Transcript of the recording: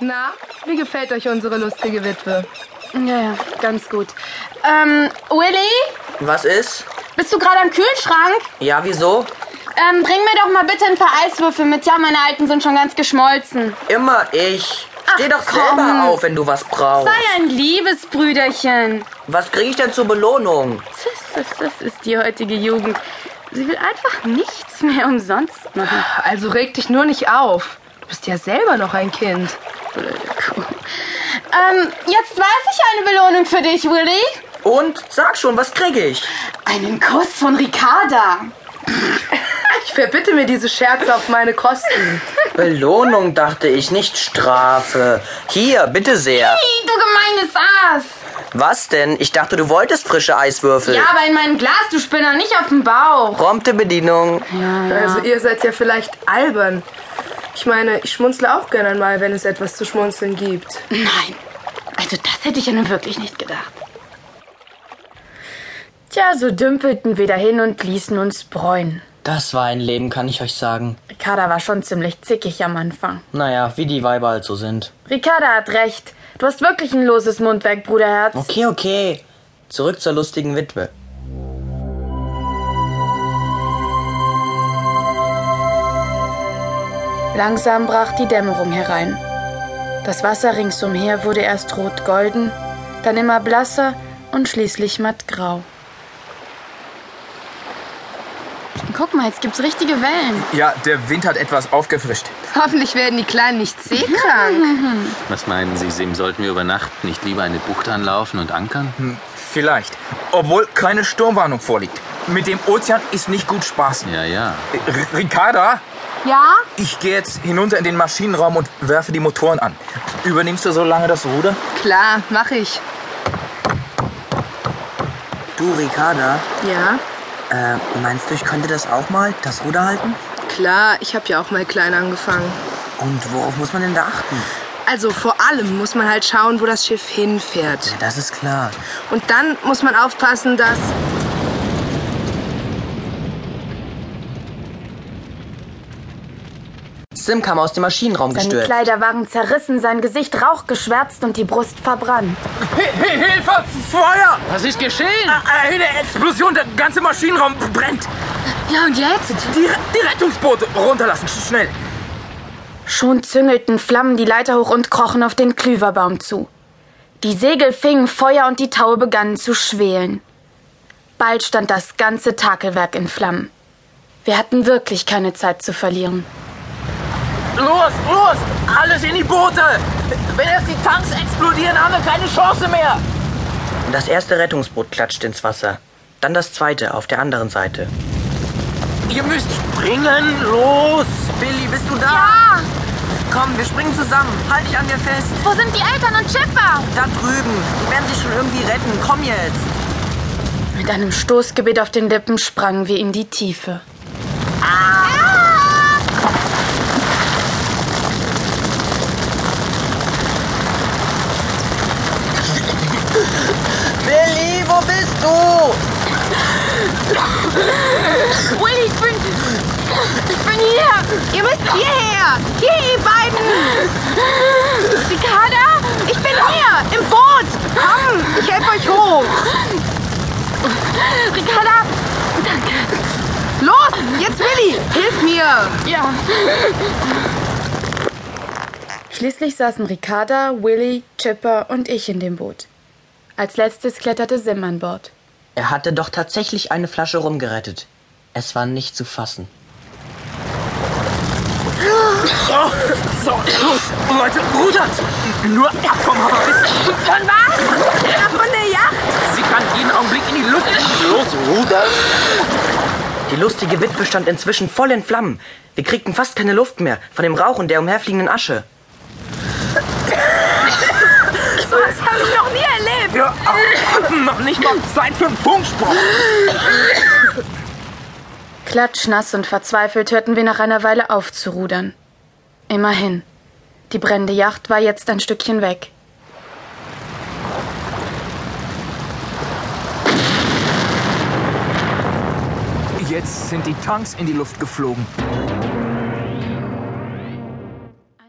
Na, wie gefällt euch unsere lustige Witwe? Ja, ja, ganz gut. Ähm, Willi, Was ist? bist du gerade am Kühlschrank? Ja, wieso? Ähm, bring mir doch mal bitte ein paar Eiswürfel mit. Ja, meine alten sind schon ganz geschmolzen. Immer ich. Steh Ach, doch komm. selber auf, wenn du was brauchst. Sei ein liebes Brüderchen. Was krieg ich denn zur Belohnung? Das, das, das ist die heutige Jugend. Sie will einfach nichts mehr umsonst machen. Also reg dich nur nicht auf. Du bist ja selber noch ein Kind. Blöde Kuh. Ähm, jetzt weiß ich eine Belohnung für dich, Willi. Und sag schon, was krieg ich? Einen Kuss von Ricarda. Ich verbitte mir diese Scherze auf meine Kosten. Belohnung, dachte ich, nicht Strafe. Hier, bitte sehr. Ih, Du gemeines Aas. Was denn? Ich dachte, du wolltest frische Eiswürfel. Ja, aber in mein Glas, du Spinner, nicht auf dem Bauch. Prompte Bedienung. Also ihr seid ja vielleicht albern. Ich meine, ich schmunzle auch gerne mal, wenn es etwas zu schmunzeln gibt. Nein. Also das hätte ich ja nun wirklich nicht gedacht. Tja, so dümpelten wir dahin und ließen uns bräunen. Das war ein Leben, kann ich euch sagen. Ricarda war schon ziemlich zickig am Anfang. Naja, wie die Weiber halt so sind. Ricarda hat recht. Du hast wirklich ein loses Mundwerk, Bruderherz. Okay, okay. Zurück zur lustigen Witwe. Langsam brach die Dämmerung herein. Das Wasser ringsumher wurde erst rot-golden, dann immer blasser und schließlich mattgrau. Guck mal, jetzt gibt's richtige Wellen. Ja, der Wind hat etwas aufgefrischt. Hoffentlich werden die Kleinen nicht seekrank. Was meinen Sie, Sim, sollten wir über Nacht nicht lieber eine Bucht anlaufen und ankern? Vielleicht. Obwohl keine Sturmwarnung vorliegt. Mit dem Ozean ist nicht gut spaßen. Ja, ja. R- Ricarda, Ja? ich gehe jetzt hinunter in den Maschinenraum und werfe die Motoren an. Übernimmst du so lange das Ruder? Klar, mach ich. Du, Ricarda, Ja, äh, meinst du, ich könnte das auch mal, das Ruder halten? klar, ich habe ja auch mal klein angefangen. Und worauf muss man denn da achten? Also vor allem muss man halt schauen, wo das Schiff hinfährt. Ja, das ist klar. Und dann muss man aufpassen, dass... Sim kam aus dem Maschinenraum Seine gestürzt. Kleider waren zerrissen, sein Gesicht rauchgeschwärzt und die Brust verbrannt. Hilfe! Feuer! Äh, Was ist geschehen? Eine Explosion! Der ganze Maschinenraum brennt! Ja, und jetzt? Die, die Rettungsboote runterlassen! Schnell! Schon züngelten Flammen die Leiter hoch und krochen auf den Klüverbaum zu. Die Segel fingen Feuer und die Taue begannen zu schwelen. Bald stand das ganze Takelwerk in Flammen. Wir hatten wirklich keine Zeit zu verlieren. Los, los! Alles in die Boote! Wenn erst die Tanks explodieren, haben wir keine Chance mehr! Das erste Rettungsboot klatscht ins Wasser. Dann das zweite auf der anderen Seite. Ihr müsst springen! Los! Billy, bist du da? Ja! Komm, wir springen zusammen. Halt dich an mir fest. Wo sind die Eltern und Schiffer? Da drüben. Die werden sich schon irgendwie retten. Komm jetzt. Mit einem Stoßgebet auf den Lippen sprangen wir in die Tiefe. Billy, wo bist du? Willi, ich bin. Ich bin hier. Ihr müsst hierher. Hier, ihr beiden. Ricarda, ich bin hier. Im Boot. Komm, ich helfe euch hoch. Ricarda. Los, jetzt Willi, hilf mir! Schließlich saßen Ricarda, Willy, Chipper und ich in dem Boot. Als letztes kletterte Sim an Bord. Er hatte doch tatsächlich eine Flasche rumgerettet. Es war nicht zu fassen. So, los! Leute, rudert! Nur ab vom Havarist! Schon was? Ab von der Yacht. Sie kann jeden Augenblick in die Luft! Los, rudert! Die lustige Witwe stand inzwischen voll in Flammen. Wir kriegten fast keine Luft mehr von dem Rauch und der umherfliegenden Asche. Das habe ich noch nie erlebt. Ja, ah, noch nicht mal Zeit für einen Funksprung! Klatschnass und verzweifelt hörten wir nach einer Weile auf zu rudern. Immerhin. Die brennende Yacht war jetzt ein Stückchen weg. Jetzt sind die Tanks in die Luft geflogen.